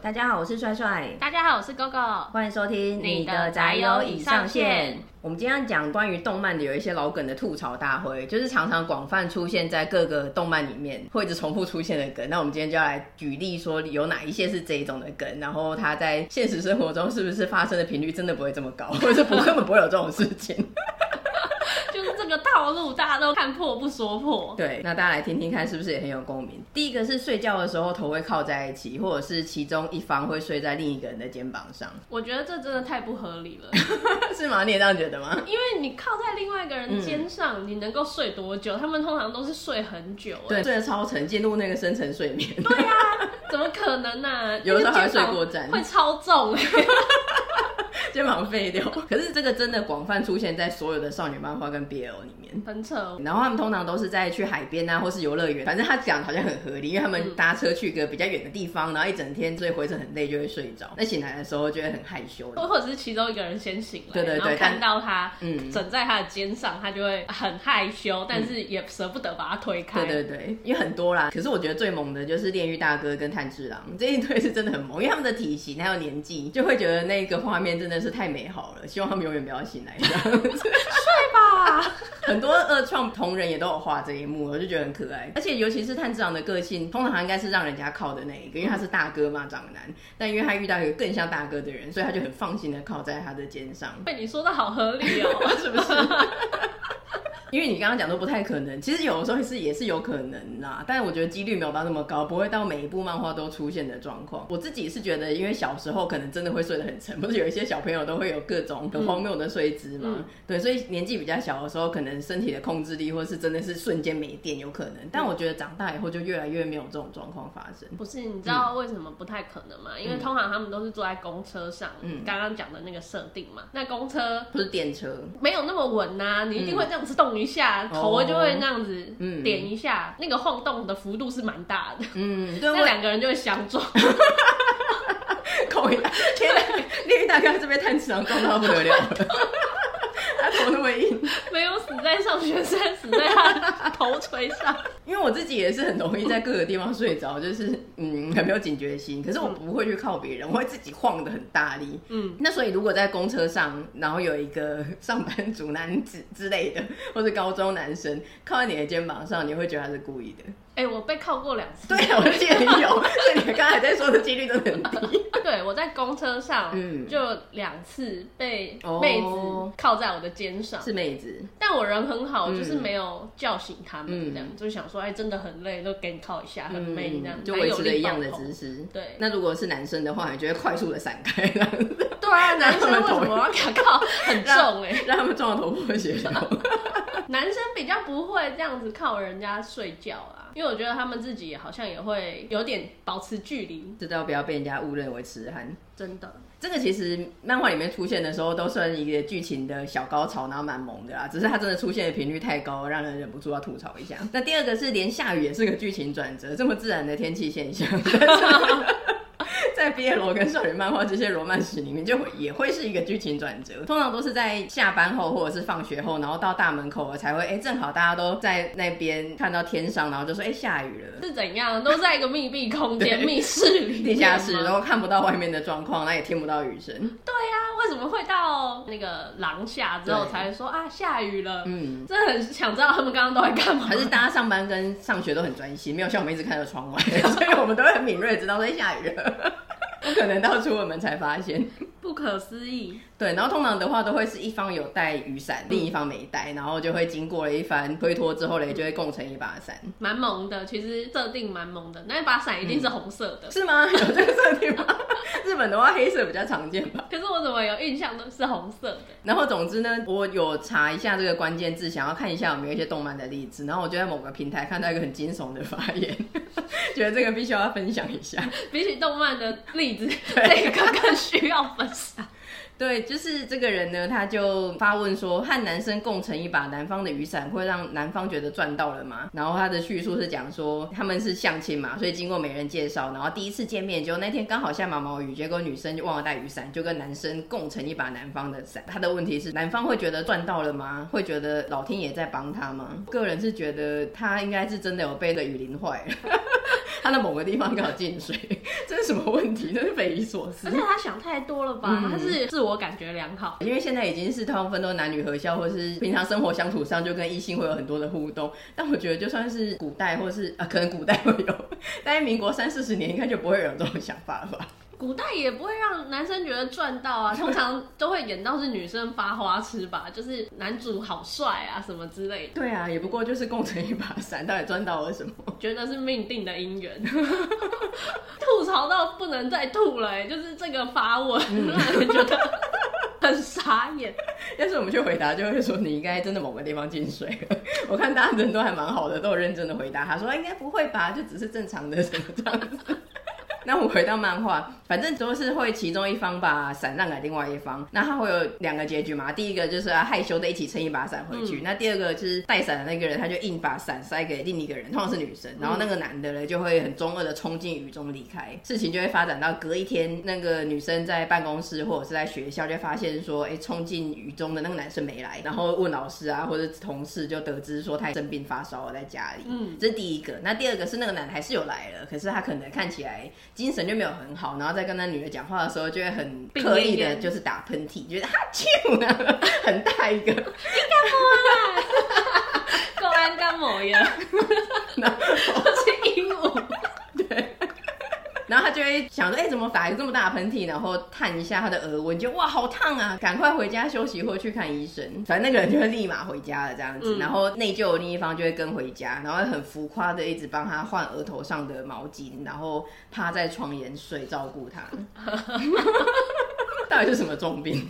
大家好，我是帅帅，大家好，我是 GoGo。欢迎收听你的宅友已上线。我们今天要讲关于动漫的有一些老梗的吐槽大会，就是常常广泛出现在各个动漫里面，或者重复出现的梗。那我们今天就要来举例说有哪一些是这一种的梗，然后它在现实生活中是不是发生的频率真的不会这么高， 或者不根本不会有这种事情。 就是这个套路，大家都看破不说破。对，那大家来听听看，是不是也很有共鸣？第一个是睡觉的时候头会靠在一起，或者是其中一方会睡在另一个人的肩膀上， 我觉得这真的太不合理了，是吗？你也这样觉得吗？因为你靠在另外一个人肩上，你能够睡多久？他们通常都是睡很久、欸，嗯对，睡得超沉，进入那个深层睡眠。怎么可能呢、啊？有时候那还个会睡肩膀过站会超重、欸。肩膀废掉。可是这个真的广泛出现在所有的少女漫画跟 BL 里面。很扯。然后他们通常都是在去海边啊，或是游乐园，反正他讲的好像很合理，因为他们搭车去一个比较远的地方，然后一整天，所以回程很累，就会睡着。那醒来的时候就会很害羞。或者是其中一个人先醒来，对对对然后但看到他嗯枕在他的肩上，他就会很害羞，但是也舍不得把他推开。对对对，因为很多啦。可是我觉得最猛的就是炼狱大哥跟炭治郎这一对是真的很猛，因为他们的体型还有年纪，就会觉得那个画面真的是太美好了。希望他们永远不要醒来。这样对吧？ 很多二创同人也都有画这一幕，我就觉得很可爱。而且尤其是炭治郎的个性，通常他应该是让人家靠的那一个，因为他是大哥嘛，长男。但因为他遇到一个更像大哥的人，所以他就很放心的靠在他的肩上。被你说的好合理哦、 是不是？因为你刚刚讲都不太可能，其实有的时候是也是有可能啦，但是我觉得几率没有到那么高，不会到每一部漫画都出现的状况。我自己是觉得，因为小时候可能真的会睡得很沉，不是有一些小朋友都会有各种很荒谬的睡姿嘛，嗯对，所以年纪比较小的时候，可能身体的控制力或是真的是瞬间没电有可能，但我觉得长大以后就越来越没有这种状况发生。不是，你知嗯道为什么不太可能吗？因为通常他们都是坐在公车上，嗯刚刚讲的那个设定嘛。那公车不是电车，没有那么稳呐、你一定会这样子动一下，头就会那样子嗯点一下，那个晃动的幅度是蛮大的，嗯，对，那我两个人就会相撞。 口音，天哪！炼狱大哥这边炭治郎撞到不得了了，他头那么硬。 没有死在上学生，死在他头锤 上。因为我自己也是很容易在各个地方睡着，就是嗯很没有警觉心，可是我不会去靠别人，我会自己晃的很大力。嗯，那所以如果在公车上，然后有一个上班族男子之类的， 或是高中男生靠在你的肩膀上，你会觉得他是故意 的。哎、我被靠过两次。对啊，我记得有，所以你刚才在说的几率真的很低。对，我在公车上，嗯就两次被哦妹子靠在我的肩 上，是妹子，但我人很好，嗯就是没有叫醒他们，嗯这样、就想说，哎，真的很累，都给你靠一下，很嗯美，这样、就维持了一样的还有力姿势。爆头对，那如果是男生的话，你就会快速的闪开，然后对啊，男生为什么要给他靠？很重哎、让他们撞到头破血流。男生比较不会这样子靠人家睡觉啊，因为我觉得他们自己也好像也会有点保持距离，知道不要被人家误认为痴汉。真的。这个其实漫画里面出现的时候，都算一个剧情的小高潮，然后蛮萌的啦。只是它真的出现的频率太高，让人忍不住要吐槽一下。那第二个是连下雨也是个剧情转折，这么自然的天气现象， 在 BL 跟少女漫画这些罗曼史里面，就会也会是一个剧情转折。通常都是在下班后或者是放学后，然后到大门口了才会，哎、正好大家都在那边看到天上，然后就说，哎、下雨了。 是怎样？都在一个密闭空间、密室里面吗地下室，然后看不到外面的状况，那也听不到雨声。那为什么会到那个廊下之后对才说啊下雨了？嗯，真的很想知道他们刚刚都在干嘛。还是大家上班跟上学都很专心，没有像我们一直看着窗外， 所以我们都会很敏锐地知道在下雨了。 不可能到出我们才发现，不可思议，对。然后通常的话都会是一方有带雨伞，另一方没带，然后就会经过了一番推脱之后嘞，就会共成一把伞，蛮萌的。其实设定蛮萌的，那一把伞一定是红色的。是吗？有这个设定吗？日本的话黑色比较常见吧。可是我怎么有印象都是红色的？然后总之呢，我有查一下这个关键字，想要看一下有没有一些动漫的例子。然后我就在某个平台看到一个很惊悚的发言， 觉得这个必须要分享一下。 比起动漫的例子，这个更需要分享。对，就是这个人呢，他就发问说，和男生共乘一把男方的雨伞，会让男方觉得赚到了吗？然后他的叙述是讲说，他们是相亲嘛，所以经过媒人介绍，然后第一次见面，结果那天刚好下毛毛雨，结果女生就忘了带雨伞，就跟男生共乘一把男方的伞。他的问题是，男方会觉得赚到了吗？会觉得老天爷在帮他吗？个人是觉得他应该是真的有被这雨淋坏了， 他的某个地方刚好进水， 这是什么问题？真是匪夷所思而。且他想太多了吧？嗯他是自我感觉良好，因为现在已经是大部分都男女合校，或是平常生活相处上就跟异性会有很多的互动。但我觉得就算是古代，或是啊，可能古代会有，但是民国三四十年应该就不会有这种想法了吧？古代也不会让男生觉得赚到 啊，通常都会演到是女生发花痴吧，就是男主好帅啊什么之类的， 对啊，也不过就是共成一把伞，到底赚到了什么？ 觉得是命定的姻 缘。吐槽到不能再吐了、欸，就是这个发文让人觉得很傻眼。要是我们去回答，就会说你应该真的某个地方进水了。 我看大家人都还蛮好的，都有认真的回答。他说哎应该不会吧，就只是正常的什么这样子。 那我回到漫画，反正都是会其中一方把伞让给另外一方，那他会有两个结局嘛。第一个就是、啊、害羞的一起撑一把伞回去，那第二个就是带伞的那个人他就硬把伞塞给另一个人，通常是女生，然后那个男的呢就会很中二的冲进雨中离开，事情就会发展到隔一天，那个女生在办公室或者是在学校就发现说，哎、冲进雨中的那个男生没来，然后问老师啊或者同事就得知说他生病发烧了在家里，嗯这是第一个。那第二个是那个男的还是有来了，可是他可能看起来精神就没有很好，然后在跟那女的讲话的时候就会很病刻意恹的，恹就是打喷嚏，觉得哈 啾啊，很大一个。够安干某 呀，就是鹦鹉。然后他就会想说，哎、怎么打一个这么大的喷嚏？然后探一下他的额温，就哇，好烫啊！赶快回家休息或去看医生。反正那个人就会立马回家了这样子，嗯然后内疚的另一方就会跟回家，然后很浮夸的一直帮他换额头上的毛巾，然后趴在床沿睡照顾 他。到底是什么重病？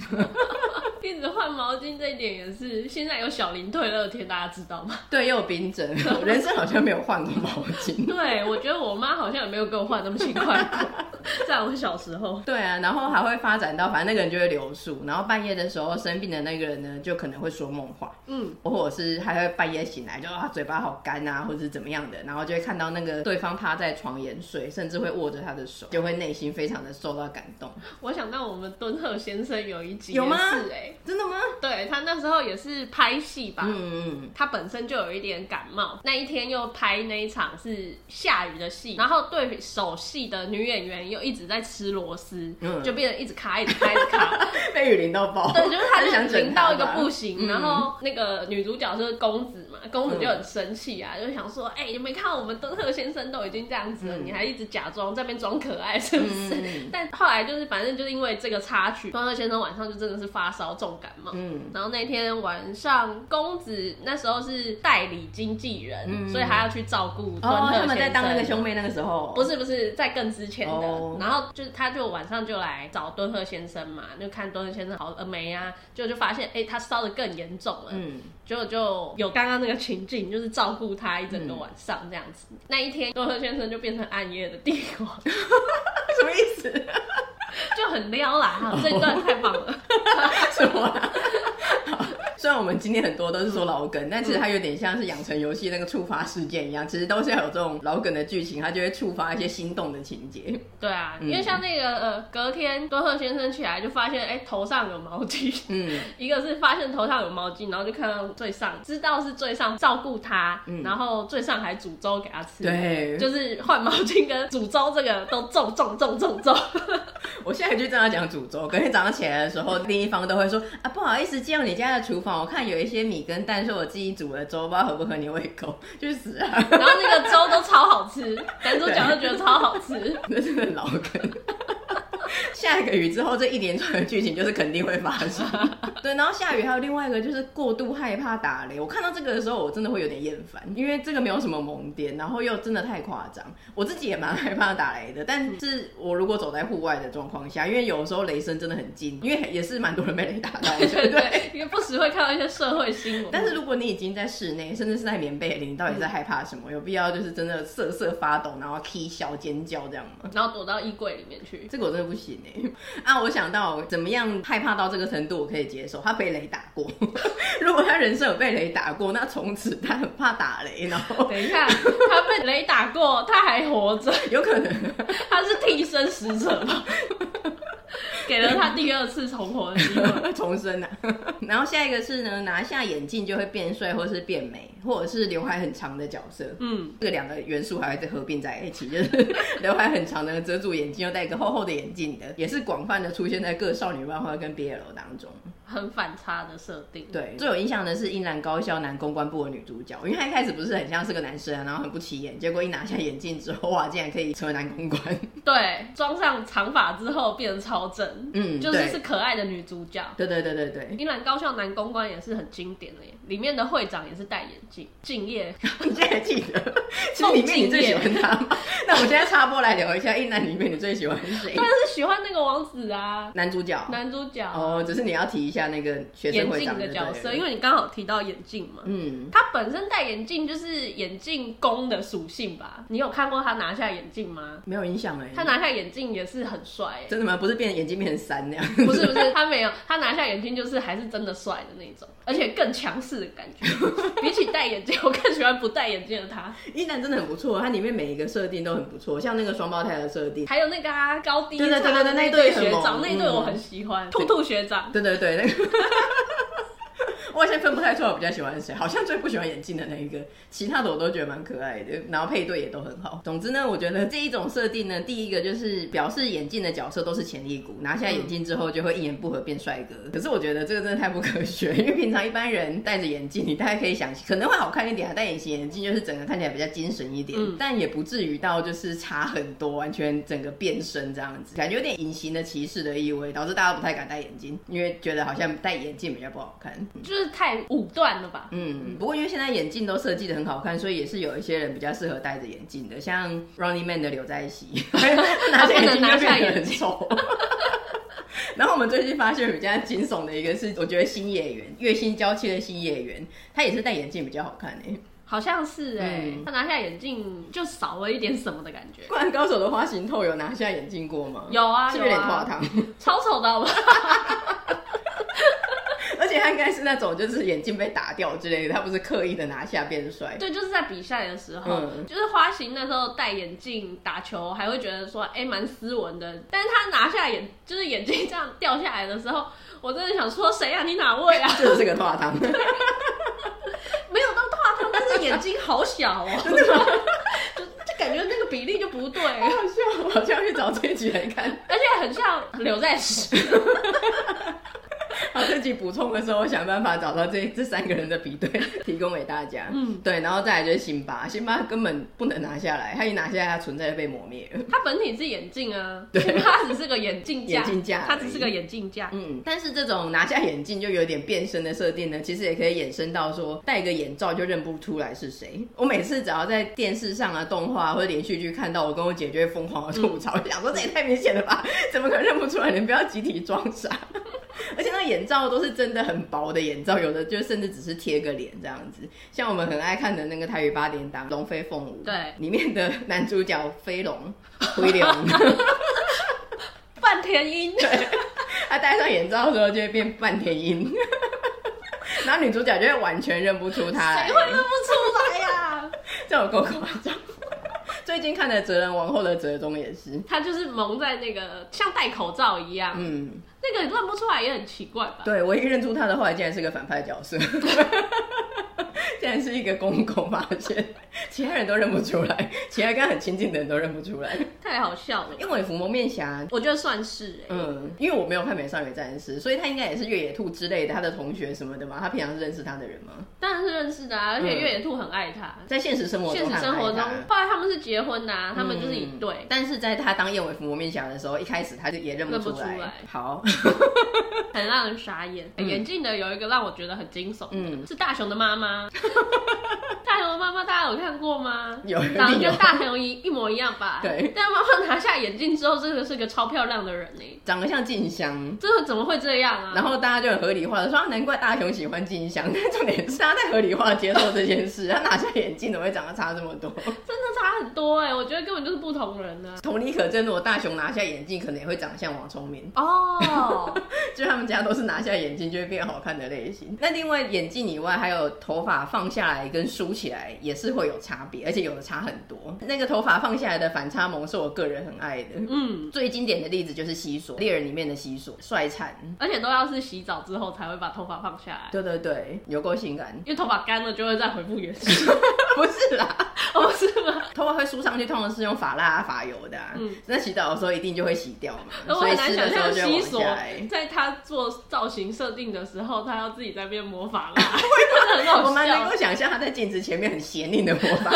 一直换毛巾这一点也是，现在有小林退热贴，大家知道吗？ 对，又有冰疹，我人生好像没有换过毛巾。对，我觉得我妈好像也没有给我换那么勤快过，在我小 时候。对啊，然后还会发展到，反正那个人就会留宿，然后半夜的时候生病的那个人呢，就可能会说梦话，嗯，或者是还会半夜醒来就啊嘴巴好干啊，或者是怎么样的，然后就会看到那个对方趴在床沿睡，甚至会握着他的手，就会内心非常的受到感动。我想到我们敦贺先生有一集有吗也是欸 真的吗？对他那时候也是拍戏吧。嗯，他本身就有一点感冒，那一天又拍那一场是下雨的戏，然后对手戏的女演员又一直在吃螺丝，嗯就变成一直卡，一直卡，一直卡，被雨淋到爆，对，就是他就就想整淋到他一个吧不行，嗯然后那个女主角就是公子嘛，公子就很生气啊，就想说，哎、你没看我们敦贺先生都已经这样子了，嗯你还一直假装在那边装可爱，是不是？嗯但后来就是反正就是因为这个插曲，敦贺先生晚上就真的是发烧重感冒。嗯，然后那天晚上，公子那时候是代理经纪人，嗯所以他要去照顾敦哦贺，先他生。们在当那个哦兄妹那个时啊候， 不是不是，在更之前的。哦然后就是他就晚上就来找敦贺先生嘛，就看敦贺先生好了没啊，就就发现哎、诶他烧的更严重了，嗯，结果就有刚刚那个情境，就是照顾他一整个晚上这样子。嗯那一天敦贺先生就变成暗夜的帝王， 什么意思？就很撩啦，哈这一段太 棒了。什么啦、好虽然我们今天很多都是说老梗，但其实它有点像是养成游戏那个触发事件一样，其实都是要有这种老梗的剧情，它就会触发一些心动的情节。对啊，嗯因为像那个呃，隔天敦贺先生起来就发现哎、诶头上有毛巾。 嗯，一个是发现头上有毛巾，然后就看到最上，知道是最上照顾他，嗯然后最上还煮粥给他吃，对就是换毛巾跟煮粥这个都中中中中中，我现在就这样讲诅咒。隔天早上起来的时候，另一方都会说啊，不好意思，借用你家的厨房，我看有一些米跟蛋是我自己煮的粥，不知道合不合你胃口，去死啊！ 然后那个粥都超好吃，男主角就觉得超好 吃，那真的老梗。下一个雨之后，这一连串的剧情就是肯定会发生。对，然后下雨还有另外一个就是过度害怕打雷。我看到这个的时候，我真的会有点厌烦，因为这个没有什么萌点，然后又真的太夸张。我自己也蛮害怕打雷的，但是我如果走在户外的状况下，因为有时候雷声真的很近，因为也是蛮多人被雷打到的。对对， 因为不时会看到一些社会新闻， 但是如果你已经在室内，甚至是在棉被里，你到底在害怕什么？有必要就是真的瑟瑟发抖，然后踢小尖叫这样吗？然后躲到衣柜里面去，这个我真的不行哎、 啊，我想到怎么样害怕到这个程度，我可以接受。他被雷打过， 如果他人生有被雷打过，那从此他很怕打雷，然后等一下，他被雷打过，他还活着， 有可能他是替身使者吗？ 给了他第二次重活的机 会。重生啊。然后下一个是呢，拿下眼镜就会变帅，或是变美，或者是刘海很长的角色。嗯，这两个元素还会再合并在一起，就是 刘海很长的遮住眼睛，又戴一个厚厚的眼镜的，也是广泛的出现在各少女漫画跟 BL 当中。很反差的设定。对，最有印象的是樱兰高校男公关部的女主角，因为她一开始不是很像是个男生啊，然后很不起眼，结果一拿下眼镜之后，哇，竟然可以成为男公关。对，装上长发之后变得超正，嗯，就是对是可爱的女主角。对对对对对， 英兰高校男公关也是很经典的耶，里面的会长也是戴眼镜，敬业。 你现在还记得？其实里面你最喜欢他吗？ 那我们现在插播来聊一下樱兰里面你最喜欢谁当？然是喜欢那个王子啊，男主角。男主角、哦，只是你要提一下那个学生眼会镜长的角色，因为为你刚好提到眼镜嘛。嗯，他本身戴眼镜就是眼镜公的属性吧？你有看过他拿下眼镜吗？没有影响哎、他拿下眼镜也是很帅耶、 真的吗？不是变眼睛变成三那样？不 是不是，他没有，他拿下眼镜就是还是真的帅的那种，而且更强势的感 觉。比起戴眼镜，我更喜欢不戴眼镜的他。一男真的很不错，它里面每一个设定都很不错，像那个双胞胎的设定，还有那个、啊、高低对对差对对的对那一对对很学猛长，那一对嗯我很喜欢，兔兔学长。对对对，那个 我现在分不太出来我比较喜欢谁，好像最不喜欢眼镜的那一个，其他的我都觉得蛮可爱的，然后配对也都很好。总之呢，我觉得这一种设定呢，第一个就是表示眼镜的角色都是潜力股，拿下眼镜之后就会一言不合变帅哥。可是我觉得这个真的太不科学，因为平常一般人戴着眼镜，你大概可以想可能会好看一点啊，戴隐形眼镜就是整个看起来比较精神一点，嗯但也不至于到就是差很多，完全整个变身这样子，感觉有点隐形的歧视的意味，导致大家不太敢戴眼镜，因为觉得好像戴眼镜比较不好看。就是太武断了吧？嗯，不过因为现在眼镜都设计的很好看，所以也是有一些人比较适合戴着眼镜的，像 Running Man 的刘在熙， 拿下眼镜就变得很丑。 然后我们最近发现比较惊悚的一个是，我觉得新演员月薪娇妻的新演员，他也是戴眼镜比较好看欸诶、 好像是哎、嗯他拿下眼镜就少了一点什么的感觉。灌篮高手的花形透有拿下眼镜过吗？有啊是不是有有点夸啊， 张？超丑的好 吧？而且他应该是那种就是眼镜被打掉之类的，他不是刻意的拿下变帅。对，就是在比赛的时候，嗯就是花形那时候戴眼镜打球，还会觉得说，哎、蛮斯文的。但是他拿下眼，就是眼镜这样掉下来的时候， 我真的想说，谁啊？你哪位啊？这是个夸 张， 没有到大汤，但是眼睛好 小哦、真的吗？就就感觉那个比例就不对，好笑，我 好像去找这一集来看。而且很像刘在石。 好，这集补充的时候，我想办法找到这 这三个人的比对，提供给大家。嗯，对，然后再来就是辛巴，辛巴根本不能拿下来，他一拿下来，他存在就被磨灭了。他本体是眼镜啊，他只是个眼镜架，眼镜架而已他只是个眼镜架。嗯，但是这种拿下眼镜就有点变身的设定呢，其实也可以衍生到说，戴个眼罩就认不出来是谁。我每次只要在电视上啊、动画、或者连续剧看到，我跟我姐就会疯狂的吐槽，想说这也太明显了吧，怎么可能认不出来？你们不要集体装傻。 而且那个眼罩都是真的很薄的眼罩，有的就甚至只是贴个脸这样子。像我们很爱看的那个台语八点档《龙飞凤舞》，对里面的男主角飞龙灰龙，半天音，他戴上眼罩的时候就会变半天音，然后女主角就会完全认不出他来谁，会认不出来呀、这有够夸张。最近看的《哲人王后的哲中》也是， 他就是蒙在那个像戴口罩一样，嗯，那个认不出来也很奇怪吧？对，唯一认出他的后来竟然是个反派角色，竟然是一个公公发现，其他人都认不出来，其他跟他很亲近的人都认不出来，太好笑了，因为伏魔面侠。我觉得算是哎、嗯，因为我没有看《美少女战士》，所以他应该也是越野兔之类的，他的同学什么的嘛。他平常是认识他的人吗？当然是认识的、啊，而且嗯越野兔很爱他。在现实生活中，现实生活中，后来他们是结婚的、啊，他们就是一对啊嗯。但是在他当燕尾服魔面侠的时候，一开始他就也认不认不出出来。来 好，很让哎人傻眼。眼镜的有一个让我觉得很惊悚的，嗯 是大雄的妈妈，她大头妈妈大家有看过吗？有一定长得有跟大头一一模一样吧？ 对但妈妈拿下眼镜之后，真的是个超漂亮的人呢、长得像静香。这个怎么会这样啊？然后大家就很合理化的说、啊，难怪大雄喜欢静香。 但重点是他在合理化接受这件事，他拿下眼镜怎么会长得差这么多？ 真的差很多哎、我觉得根本就是不同人啊呢、同理可证，如果大雄拿下眼镜，可能也会长得像王聪明。 哦，就他们家都是拿下眼镜就会变好看的类型。那另外眼镜以外，还有头发放下来跟梳起来也是会有差别，而且有的差很多。那个头发放下来的反差萌是我个人很爱的。 嗯，最经典的例子就是西索，猎人里面的西索，帅惨，而且都要是洗澡之后才会把头发放下来，对对对，有够性感， 因为头发干了就会再恢复原形， 不是啦，哦是吗？头发会梳上去，通常是用发蜡、发油的、啊，嗯那洗澡的时候一定就会洗掉嘛， 而所我很以难湿想的时候象就会西往索下欸来。在他做造型设定的时候，他要自己在那边 抹发蜡，啊 真的很我好蛮能笑够。想象他在镜子前面很邪佞的 魔法，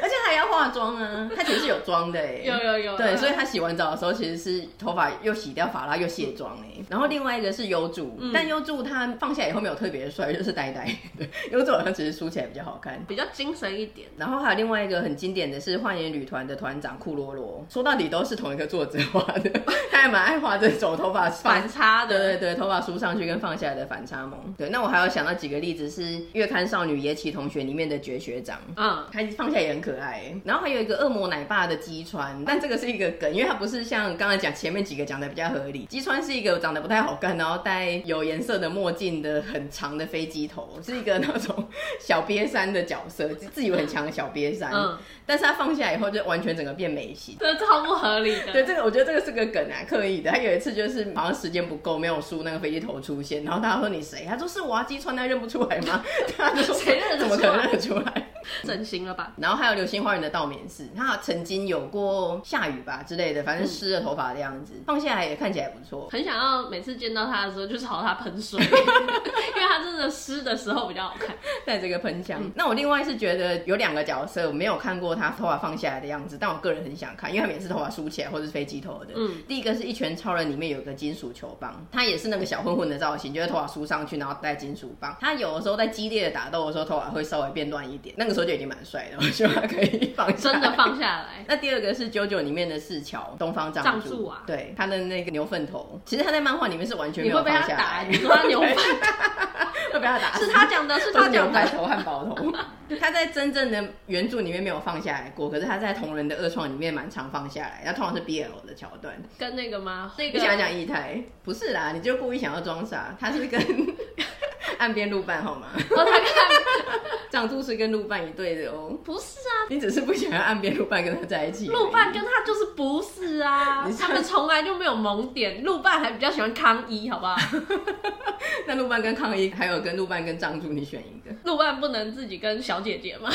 而且他还要化妆啊，他其实是有妆的哎、有有有，对，嗯所以他洗完澡的时候，其实是头发又洗掉发蜡又卸妆哎、然后另外一个是优助，嗯但优助他放下以后没有特别帅，就是呆呆。 对，优助好像只是梳起来比较好看。比较精神一点。然后还有另外一个很经典的是幻影旅团的团长库洛洛，说到底都是同一个作者画的， 他还蛮爱画这种头发放反差的，对对对，头发梳上去跟放下来的反差萌。对，那我还有想到几个例子是《月刊少女野崎同学》里面的绝学长。嗯，他放下也很可爱，然后还有一个恶魔奶爸的姬川，但这个是一个梗，因为他不是像刚才讲前面几个讲的比较合理。姬川是一个长得不太好看，然后戴有颜色的墨镜的很长的飞机头，是一个那种小瘪三的角色，自自以为很强的小瘪三。嗯，但是他放下以后就完全整个变美型，这超不合理对，的。这个我觉得这个是个梗啊，刻意的。他有一次就是好像时间不够，没有梳那个飞机头出现，然后大家说你谁？他说是我啊，姬川，他认不出来吗？ 他就说谁认得怎么可出来能认得出来？整形了吧？然后还有《流星花园》的道明寺，他曾经有过下雨吧之类的，反正湿了头发的样子，嗯放下来也看起来不 错。很想要每次见到他的时候就朝他 喷水，因为他真的湿的时候比较好看。带这个喷枪。嗯那我另外是觉得有两个角色我没有看过他头发放下来的样子，但我个人很想看，因为他每次头发梳起来或者是飞机头的。嗯，第一个是一拳超人里面有个金属球棒，他也是那个小混混的造型，就是头发梳上去，然后戴金属棒。他有的时候在激烈的打斗的时候，头发会稍微变乱一点，那个时候就已经蛮帅的，我希望他可以放下来真的放下来，那第二个是《九九》里面的四桥东方丈丈助助啊对他的那个牛粪头，其实他在漫画里面是完全没你有会被放他下打？来，你说他牛粪会被他打死， 是他讲的，是都他 是牛讲排的。头、汉堡头。 他在真正的原著里面没有放下来过，可是他在同人的二创里面蛮常放下来，那通常是 BL 的桥段。跟那个吗？那你个想讲异胎？不是啦，你就故意想要装傻，他是跟 岸边路伴好吗？ 哦，他看丈助是跟路伴一对的哦，不是啊，你只是不想要岸边路伴跟他在一起而已。陆伴跟他就是不是啊你，是他们从来就没有萌点。陆伴还比较喜欢康一， 好不好？ 那路伴跟抗议，还有跟路伴跟丈助，你选一个。陆伴不能自己跟小姐姐 吗？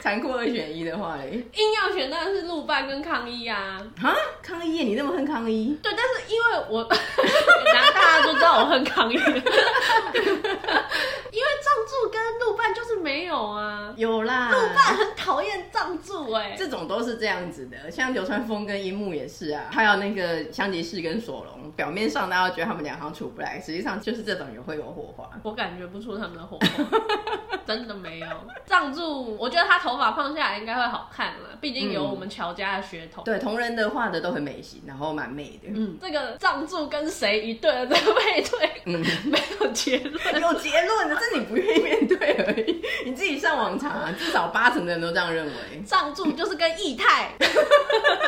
残酷二选一的话嘞，硬要选当然是陆伴跟康一啊。啊，抗议耶！你那么恨抗议，对，但是因为 我，大家都知道我很抗议， 因为藏柱跟陆伴就是没有啊，有啦，很讨厌藏柱哎、这种都是这样子的，像流川枫跟樱木也是啊，还有那个香吉士跟索隆，表面上大家觉得他们俩好像处不来，实际上就是这种也会有火花。我感觉不出他们的火候， 真的没有。藏柱，我觉得他头发放下来应该会好看了，毕竟有我们乔家的血统。对，同人的画的都很美型，然后蛮美的，嗯，这个藏柱跟谁一对的这个配对，嗯没有结论。 有结论的，这你不愿意面对而已，你自己上网查，至少八成的人都这样认为。藏柱就是跟义太，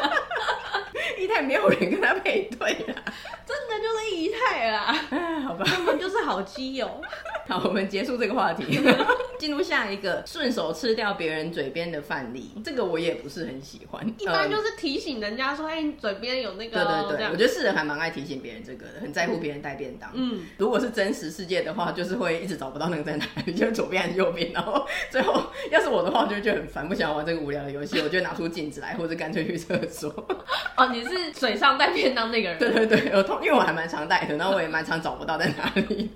一太没有人跟他配对啦， 真的就是啊义太啦，哎， 好吧。根本就是好基友。 好，我们结束这个话题， 进入下一个顺手吃掉别人嘴边的范例，这个我也不是很喜欢。一般呃就是提醒人家说，哎、你嘴边有那对个、哦，对这对，样我觉得世人还蛮爱提醒别人这个的，很在乎别人带便当。嗯，如果是真实世界的话，就是会一直找不到那个在哪里， 就是左边还是右边，然后最后要是我的话，我就会觉得很烦，不想玩这个无聊的游戏，我就会拿出镜子来，或者干脆去厕所。 哦，你是水上带便当那个人，对对对，我通因为我还蛮常 带的，然后我也蛮常找不到在哪里。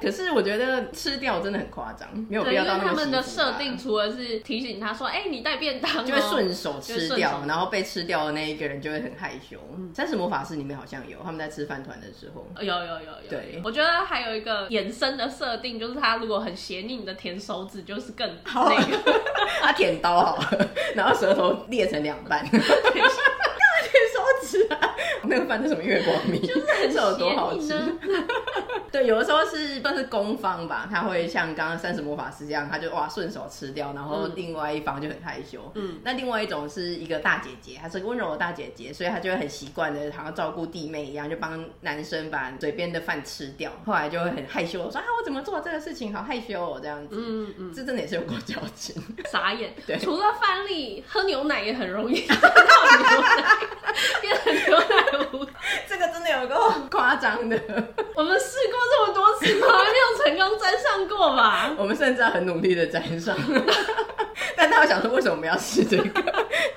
可是我觉得吃掉真的很夸张，没有必要为到那个他们的媳妇吧设定除了是提醒他说，哎、你带便当、哦，就会顺手嗯就会吃顺掉，手然后被吃掉的那一个人就会很害羞。三十魔法师》里面好像有，他们在吃饭团的时候，有有有有，对我觉得还有一个衍生的设定，就是他如果很邪佞的舔手指，就是更好那个，他啊舔刀好了， 然后舌头裂成两 半，干嘛舔手指啊！ 那个饭是什么月光米？就是 很有多好 邪吃佞。呢。 对，有的时候是算是攻方吧，他会像刚刚三十魔法师这样，他就哇顺手吃掉，然后嗯另外一方就很害羞。嗯，那另外一种是一个大姐姐，她是个温柔的大姐姐，所以她就会很习惯的，好像照顾弟妹一样，就帮男生把嘴边的饭吃掉。后来就会很害羞，说啊我怎么做这个事情，好害羞哦这样子。嗯嗯，这真的也是有够矫情， 傻 眼对。除了范例，喝牛奶也很容易 喝到牛奶，变成牛奶糊。这个真的有够夸张的。我们试过这么多次，从来没有成功沾上过 吧？我们甚至要很努力的沾上， 但他会想说为什么我们要吃这个，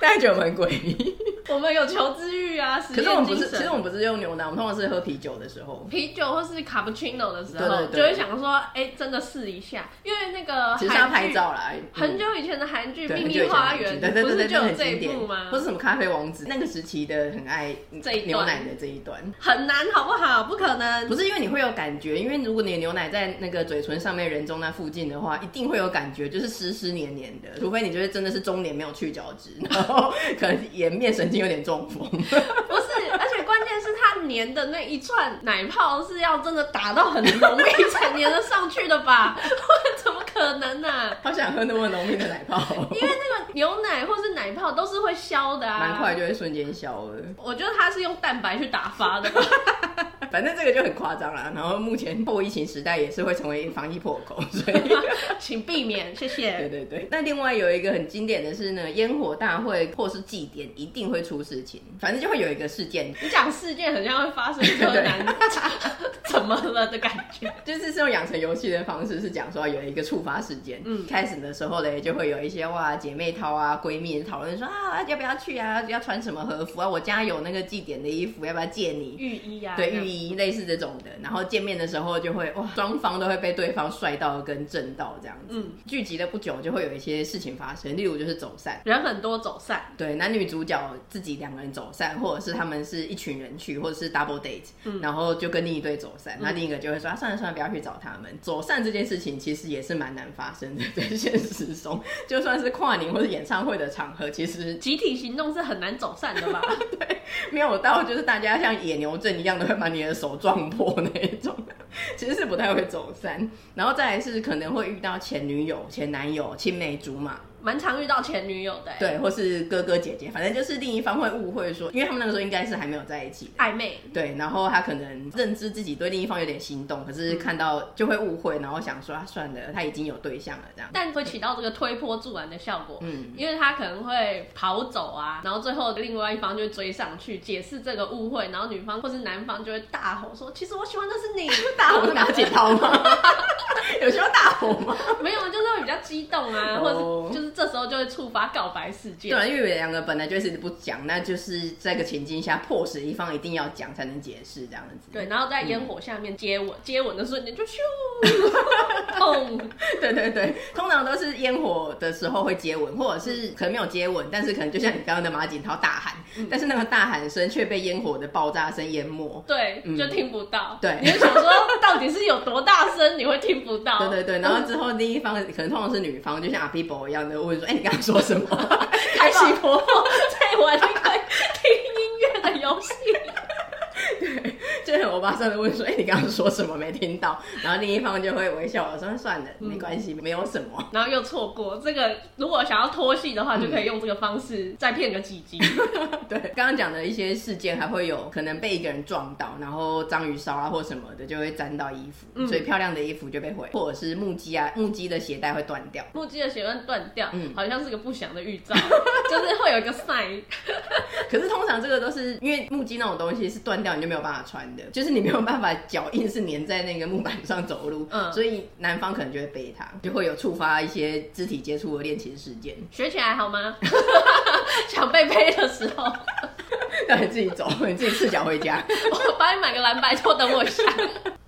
大家觉得我们很诡异。我们有求知欲啊，实可是我验们不精是，其实神哦我。们不是用牛奶，我们通常是喝啤酒的时候。啤酒或是卡布奇诺的时候，对对对就会想说，哎、真的试一下，因为那个其实是要韩拍剧照啦，嗯很久以前的韩剧《对秘很久以密前的花韩剧园对》对不对对，是就有那这很经一部典吗或？是什么咖啡王子那个时期的很爱这一段牛奶的这一段，很难，好不好？不可能。不是因为你会有感觉，因为如果你的牛奶在那个嘴唇上面人中那附近的话，一定会有感觉，就是湿湿黏黏的，除非你就是真的是中年没有去角质，然后可能颜面神经有点中风。 不是，而且关键是它粘的那一串奶泡是要真的打到很浓密才粘得上去的吧？ 怎么可能呢、啊？好想喝那么浓密的奶泡， 因为那个牛奶或是奶泡都是会消的啊，蛮快。就会瞬间消了。我觉得它是用蛋白去打发的吧， 反正这个就很夸张啦。然后目前后疫情时代也是会成为防疫破口， 所以请避免，谢对谢。对对。那另外有一个很经典的是呢，烟火大会或是祭典一定会出事情，反正就会有一个事件，你讲事件很像会发生柯南 怎么了的感觉，就是是用养成游戏的方式，是讲说有一个触发事件。嗯，嗯开始的时候嘞，就会有一些哇姐妹淘啊、闺蜜讨论说啊要不要去啊，要穿什么和服啊，我家有那个祭典的衣服，要不要借你？寓意啊，对这样浴衣类似这种的，然后见面的时候就会哇，双方都会被对方帅到跟震到这样子。嗯，聚集的不久就会有一些事情发生，例如就是走散。人很多走散。对，男女主角自己两个人走散，或者是他们是一群人去，或者是 double date，、然嗯后就跟另一对走散，那另一个就会说、啊、算了算了，不要去找他们。走散这件事情其实也是蛮难发生的，在现实中，就算是跨年或者演唱会的场合，其实集体行动是很难走散的 吧？没有到就是大家像野牛症一样的会把你的手撞破那一种，其实是不太会走散。然后再来是可能会遇到前女友、前男友、青梅竹马，蛮常遇到前女友的、欸，对，或是哥哥姐姐，反正就是另一方会误会说，因为他们那个时候应该是还没有在一起的。暧昧。对，然后他可能认知自己对另一方有点心动，可是看到就会误会，然后想说啊，算了，他已经有对象了这样。但会起到这个推波助澜的效果，嗯，因为他可能会跑走啊，然后最后另外一方就追上去解释这个误会，然后女方或是男方就会大吼说：“其实我喜欢的是你。” 大吼是拿剪刀吗？ 有需要大吼吗？ 没有，就是会比较激动啊，或哦者就是这时候就会触发告白事件。对啊，因为两个本来就是不讲，那就是在这个情境下迫使一方一定要讲才能解释这样子。对，然后在烟火下面接吻，嗯接吻的瞬间就咻，砰！ 对对对，通常都是烟火的时候会接吻，或者是可能没有接吻，但是可能就像你刚刚的马景涛大喊，但是那个大喊声却被烟火的爆炸声淹没。对，嗯就听不到。对你就想说到底是有多大声，你会听不到？对对对，然后之后另一方可能通常是女方，就像阿 P 伯一样的问说：“哎、你刚刚说什么？” 开心婆婆在玩那个听音乐的游戏，就很欧巴桑的问说：“哎、你刚刚说什么？没听到。”然后另一方就会微笑，我说：“算了，没关系，没有什么。然后又错过这个。如果想要拖戏的话，就可以用这个方式再骗个几集。”嗯 对，刚刚讲的一些事件还会有可能被一个人撞到，然后章鱼烧啊或什么的就会沾到衣服，嗯所以漂亮的衣服就被毁，或者是木屐啊，木屐的鞋带会断掉。木屐的血论断掉，嗯好像是个不祥的预 兆，就是会有一个 sign。可是通常这个都是因为木屐那种东西是断掉你就没有办法穿的，就是你没有办法脚印是粘在那个木板上走路， 嗯所以男方可能就会背它，就会有触发一些肢体接触的恋情事件。 学起来好吗？想被背的时候，让你自己走， 你自己赤脚回家。我帮你买个蓝白拖，等我一 下。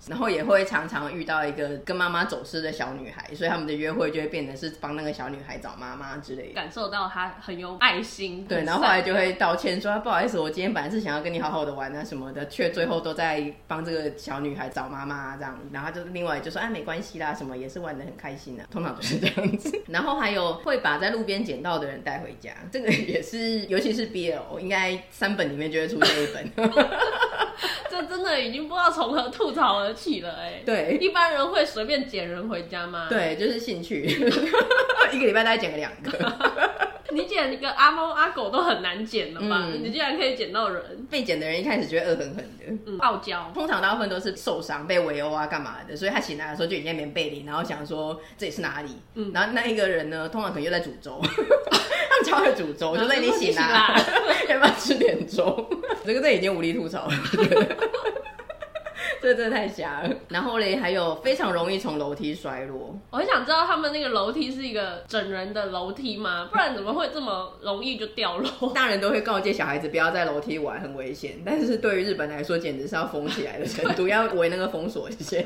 然后也会常常遇到一个跟妈妈走失的小女孩，所以他们的约会就会变成是帮那个小女孩找妈妈之类的。感受到他很有爱 心。对，很然后后来善就良会道歉说不好意思，我今天本来是想要跟你好好的玩啊什么的，却最后都在帮这个小女孩找妈妈、啊、这样。然后她就另外就说啊没关系啦，什么也是玩的很开心啊，通常就是这样子。然后还有会把在路边捡到的人带回家，这个也是， 尤其是 BL，应该三本里面就会出现一 本。 这真的已经不知道从何吐槽而起了哎、对一般人会随便捡人回家吗？，对，就是兴 趣，一个礼拜大概捡个两个。你捡一个阿猫阿狗都很难捡了吧？嗯你竟然可以捡到人，被捡的人一开始就会恶狠狠的，嗯，傲娇。通常大部分都是受伤、被围殴啊、干嘛的，所以他醒来的时候就已经在棉被里，然后想说这里是哪里。嗯然后那一个人呢，通常可能又在煮粥， 他们超会煮粥，就说你醒啦、啊 要不要吃点粥？这个这已经无力吐 槽了。我觉得这真的太瞎了。然后嘞，还有非常容易从楼梯摔落，我很想知道他们那个楼梯是一个整人的楼梯吗？不然怎么会这么容易就掉落？ 大人都会告诫小孩子不要在楼梯玩，很危险。但是对于日本来说，简直是要疯起来的程度，要围那个封锁 线，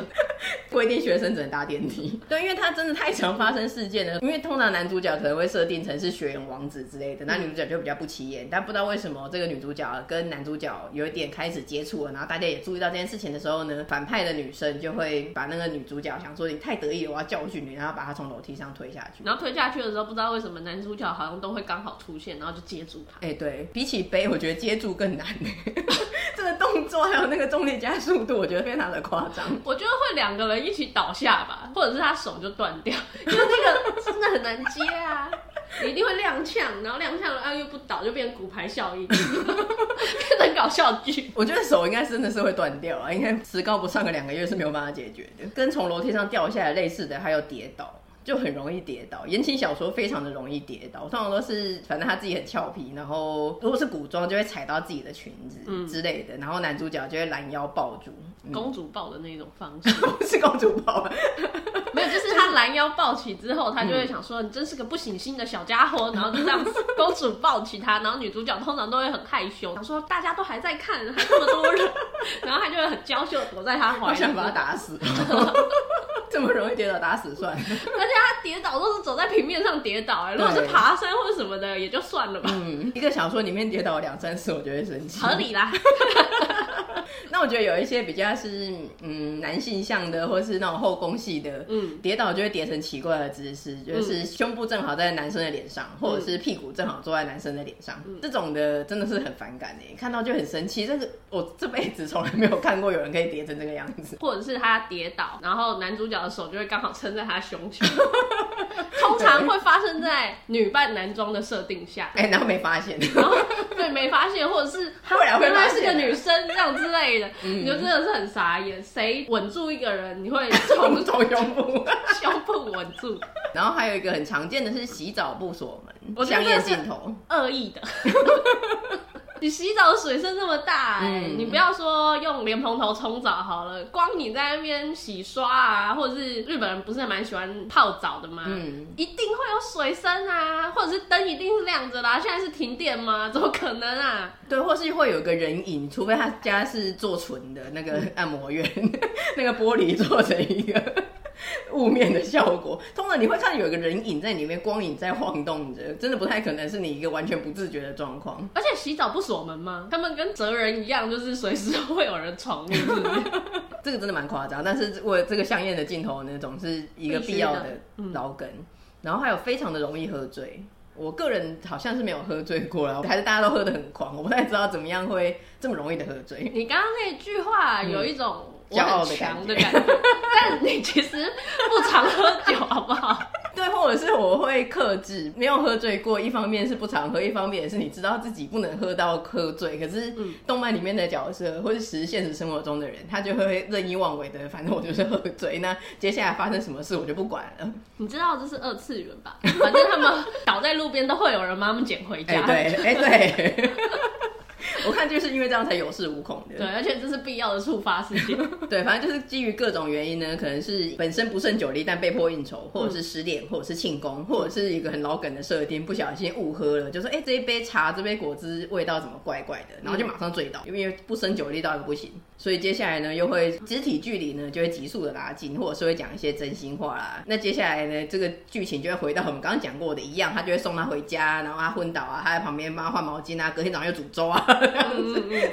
规定学生只能搭电梯。对，因为它真的太常发生事件了。因为通常男主角可能会设定成是学员王子之类的，那女主角就比较不起眼。但不知道为什么这个女主角跟男主角有一点开始接触了，然后大家也注意到这件事情的时候呢，反派的女生就会把那个女主角想说你太得意了，我要教训你，然后把她从楼梯上推下去。然后推下去的时候，不知道为什么男主角好像都会刚好出现，然后就接住他。哎、对比起背，我觉得接住更难。欸 这个动作还有那个重力加速度，我觉得非常的夸张。我觉得会两个人一起倒下吧，或者是他手就断掉， 因为那个真的很难接啊。你一定会踉跄，然后踉跄了啊又不倒，就变骨牌效应， 变成搞笑剧。我觉得手应该真的是会断掉啊，应该石膏不上个两个月是没有办法解决的。跟从楼梯上掉下来类似的，还有跌倒，就很容易跌倒。言情小说非常的容易跌倒，通常都是反正他自己很俏皮，然后如果是古装就会踩到自己的裙子之类的，然后男主角就会拦腰抱住， 公主抱的那种方式，不是公主抱啊，没有，就是他拦腰抱起之后，他就会想说：“你真是个不省心的小家 伙。”然后就这样子，公主抱起他，然后女主角通常都会很害羞，想说大家都还在看，还这么多人，然后他就会很娇羞地躲在他怀我里。想把他打死。 这么容易跌倒，打死算了。而且他跌倒都是走在平面上跌倒、欸，如果是对爬山或者什么的也就 算了吧，嗯，一个小说里面跌倒两三次，我就会生气。合。理啦。那我觉得有一些比较是嗯男性向的，或是那种后宫系的，嗯，跌倒就会跌成奇怪的姿势，就是胸部正好在男生的脸嗯上，或者是屁股正好坐在男生的脸上，这种的真的是很反感哎，看到就很生气。这个我这辈子从来没有看过有人可以跌成这个样子。 或者是他跌倒，然后男主角的手就会刚好撑在他胸 前，通常会发生在女扮男装的设定下。哎、然后没发现， 然后 对没发现，或者是他后来会原来发是现嗯个女生这样之 类的，你就真的是很傻眼。谁稳住一个人，你会从红头胸部。 胸部稳 住，然后还有一个很常见的是洗澡不锁我门，觉香得这艳是镜头。恶意的。 你洗澡水声这么大、哎，嗯你不要说用莲蓬头冲澡好了，光你在那边洗刷啊，或者是日本人不是蛮喜欢泡澡的吗？嗯，一定会有水声啊，或者是灯一定是亮着啦、啊现在是停电吗？怎么可能啊？对，或是会有个人影，除非他家是做纯的那个按摩院， 那个玻璃做成一个雾面的效果。通常你会看到有一个人影在里面，光影在晃动着，真的不太可能是你一个完全不自觉的状况。而且洗澡不锁门吗？他们跟哲人一样，就是随时会有人闯入，是不是？这个真的蛮夸张，但是为了这个香艳的镜头呢，总是一个必须必要的的嗯老梗。然后还有非常的容易喝醉，我个人好像是没有喝醉过啦，还是大家都喝得很狂，我不太知道怎么样会这么容易的喝醉。你刚刚那句话有一种我骄傲很的感强的感觉， 但你其实不常喝酒，好不好？对，或者是我会克制，没有喝醉过。一方面是不常喝，一方面也是你知道自己不能喝到喝醉。可是动漫里面的角色，或是实现实生活中的人，他就会任意妄为的，反正我就是喝醉。那接下来发生什么事，我就不管了。你知道这是二次元吧？反正他们倒在路边都会有人帮他们捡回哎、家。对，哎、对。 我看就是因为这样才有恃无恐的。对，而且这是必要的触发事件。 对，反正就是基于各种原因呢，可能是本身不胜酒力，但被迫应酬，或者是失恋，或者是庆功，或者是一个很老梗的设定，不小心误喝了，就说哎、这一杯茶，这杯果汁味道怎么怪怪的，然后就马上醉倒，因为不胜酒力到一个不行，所以接下来呢又会肢体距离呢就会急速的拉近，或者是会讲一些真心话啦。那接下来呢，这个剧情就会回到我们刚刚讲过的一样，他就会送他回家，然后他昏倒啊，他在旁边帮他换毛巾啊，隔天早上又煮粥啊，嗯嗯嗯。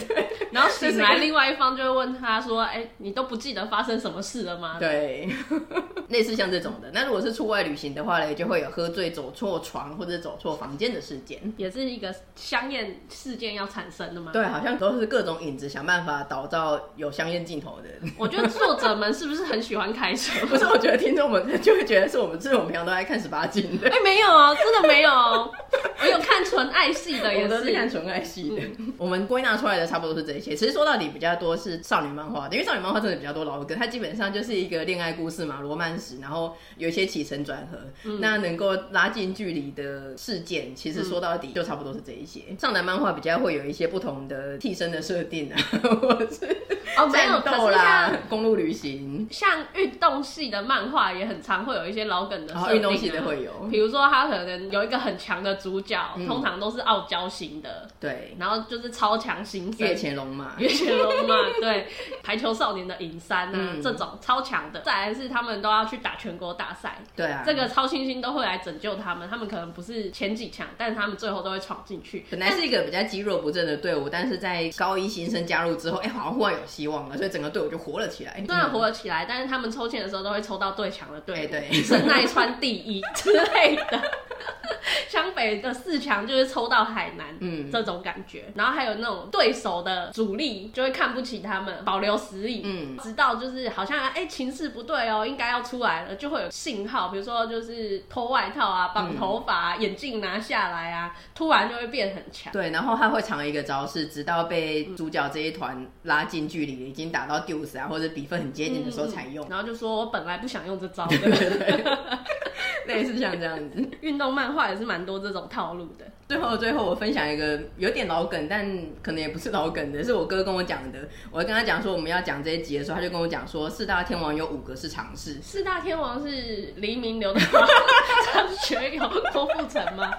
然后醒来，另外一方就会问他说：“哎、你都不记得发生什么事了吗？”对，啊 类似像这种的。那如果是出外旅行的话呢，就会有喝醉走错床或者走错房间的事件。也是一个香艳事件要产生的吗？对，好像都是各种影子想办法导到有香烟镜头的。 我觉得作者们是不是很喜欢开车？不是，我觉得听众们就会觉得是我们，是我们平常都在看十八禁的哎、。没有哦，真的没有哦。我有看纯爱系的，我也们都是看是。嗯纯爱系的，我们归纳出来的差不多是这些。其实说到底比较多是少女漫画的，因为少女漫画真的比较多老梗，它基本上就是一个恋爱故事嘛，罗曼史，然后有一些起承转合。嗯那能够拉近距离的事件，其实说到底就差不多是这一些。嗯少男漫画比较会有一些不同的替身的设定啊， 或者是哦，没战有，可斗是啦像、公路旅行，像运动系的漫画也很常会有一些老梗的然设后哦定、啊运动系的。会嗯有。比如说，他可能有一个很强的主角，通常都是傲娇型的，对，然后就是超强型月前龙嘛，月雪龙嘛，对，排球少年的尹山啊，嗯这种超强的。再来是他们都要去打全国大赛，对啊，这个超新星都会来拯救他们。他们可能不是前几强，但是他们最后都会闯进去。本来是一个比较肌肉不振的队伍，但是在高一新生加入之后，哎、好像忽然有希望了，所以整个队伍就活了起来。虽然活了起来，但是他们抽签的时候都会抽到最强的队嗯伍，哎对 对神奈川第 一之类的。湘北的四强就是抽到海南，嗯嗯，这种感觉。然后还有那种对手的主力就会看不起他们，保留实力，嗯嗯，直到就是好像哎、情势不对哦，应该要出来了，就会有信号，比如说就是脱外套啊，嗯绑头发、啊眼镜拿下来啊，突然就会变很强。对，然后他会藏一个招式，直到被主角这一团拉近距离，已经打到 deuce 啊，或者比分很接近的时候才 用，嗯然后就说我本来不想用这 招的，类似像这样子。运动漫画也是蛮多这种套路的。最后，最后我分享一个有点老梗，但可能也不是老梗的，是我哥跟我讲的。我跟他讲说我们要讲这一集的时候，他就跟我讲说，四大天王有五个是常试。四大天王是黎明、刘德华、 张学友、郭富城吗？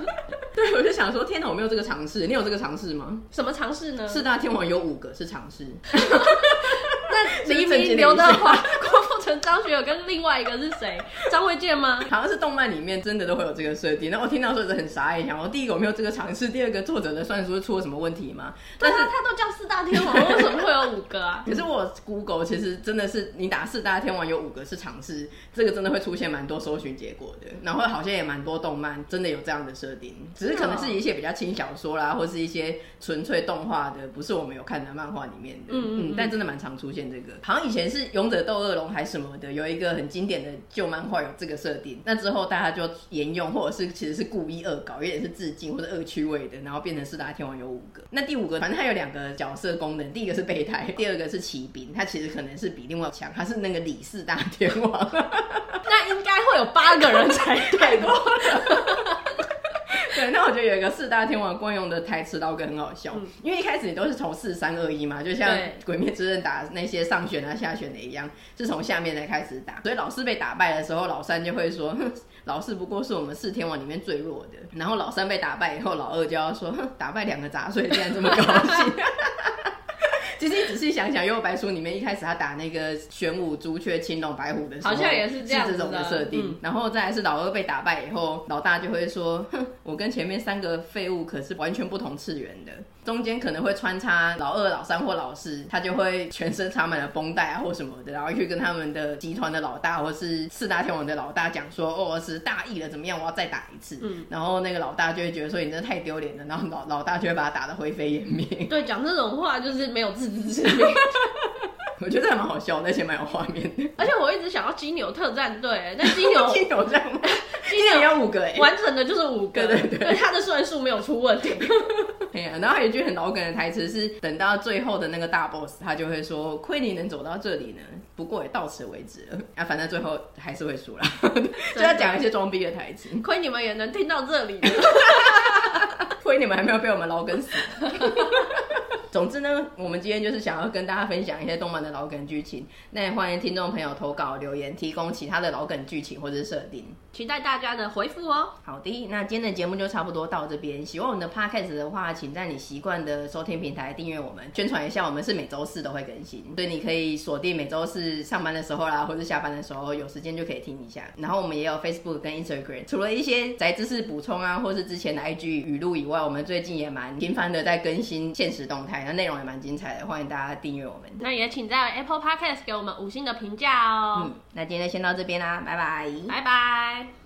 对，我就想说，天哪，我没有这个常试，你有这个常试吗？什么尝试呢？四大天王有五个是常试，那是黎郑经理明、刘德华、郭富城、张学友跟另外一个是谁？张卫健吗？好像是动漫里面真的都会有这个设定。那我听到的时候也是很傻眼，想说第一个我没有这个尝试，第二个作者的算术出了什么问题吗？对啊，他都叫四大天王，为什么会有五个啊？ 可是我 Google 其实真的是，你打四大天王有五个是尝试，这个真的会出现蛮多搜寻结果的，然后好像也蛮多动漫真的有这样的设定，只是可能是一些比较轻小说啦，或是一些纯粹动画的，不是我们有看的漫画里面的，嗯嗯嗯但真的蛮常出现这个，好像以前是《勇者斗恶龙》还是什么的，有一个很经典的旧漫画有这个设定，那之后大家就沿用，或者是其实是故意恶搞，有点是致敬或者恶趣味的，然后变成四大天王有五个，那第五个反正它有两个角色功能，第一个是备胎，第二个是骑兵，它其实可能是比另外强，它是那个李四大天王，那应该会有八个人才对 吧？对，那我觉得有一个四大天王惯用的台词刀梗很好笑，因为一开始你都是从四三二一嘛，就像《嗯对鬼灭之刃》打那些上旋啊下旋的一样，是从下面才开始打。所以老四被打败的时候，老三就会说：“哼，老四不过是我们四天王里面最弱的。”然后老三被打败以后，老二就要说：“哼，打败两个杂碎，竟然这么高兴。” 其实你仔细想想，《幽游白书》里面一开始他打那个玄武、朱雀、青龙、白虎的时候，好像也是这样是子这种的的设定。嗯然后再来是老二被打败以后，老大就会说：“哼，我跟前面三个废物可是完全不同次元的。”中间可能会穿插老二、老三或老四，他就会全身插满了绷带啊或什么的，然后去跟他们的集团的老大或是四大天王的老大讲说：“哦，我是大意了，怎么样？我要再打一次。”嗯然后那个老大就会觉得说：“你真的太丢脸了。”然后老老大就会把他打得灰飞烟灭。 对，讲这种话就是没有自知之明。 我觉得还蛮好笑的，而且蛮有画面的。而且我一直想要金牛特战队，但金牛 金牛这样吗？金金牛牛也要五个哎、 完整的就是五个，对对对他的算术没有出问题。 哎呀，然后还有一句很老梗的台词是，等到最后的那个大 boss，他就会说：“亏你能走到这里呢，不过也到此为止了。”啊，反正最后还是会输啦， 就要讲一些装逼的台词。亏你们也能听到这里， 亏你们还没有被我们老梗死。 总之呢，我们今天就是想要跟大家分享一些动漫的老梗剧情，那也欢迎听众朋友投稿留言，提供其他的老梗剧情或者是设定。期待大家的回复哦。好的，那今天的节目就差不多到这边。喜欢我们的 podcast 的话，请在你习惯的收听平台订阅我们，宣传一下，我们是每周四都会更新，所以你可以锁定每周四上班的时候啦，啊或者下班的时候有时间就可以听一下。然后我们也有 Facebook 跟 Instagram，除了一些宅知识补充啊，或是之前的 IG 语录以外，我们最近也蛮频繁的在更新现实动态，那内容也蛮精彩的，欢迎大家订阅我们。那也请在 Apple 嗯 Podcast 给我们五星的评价哦。嗯，那今天就先到这边啦，拜拜。拜拜。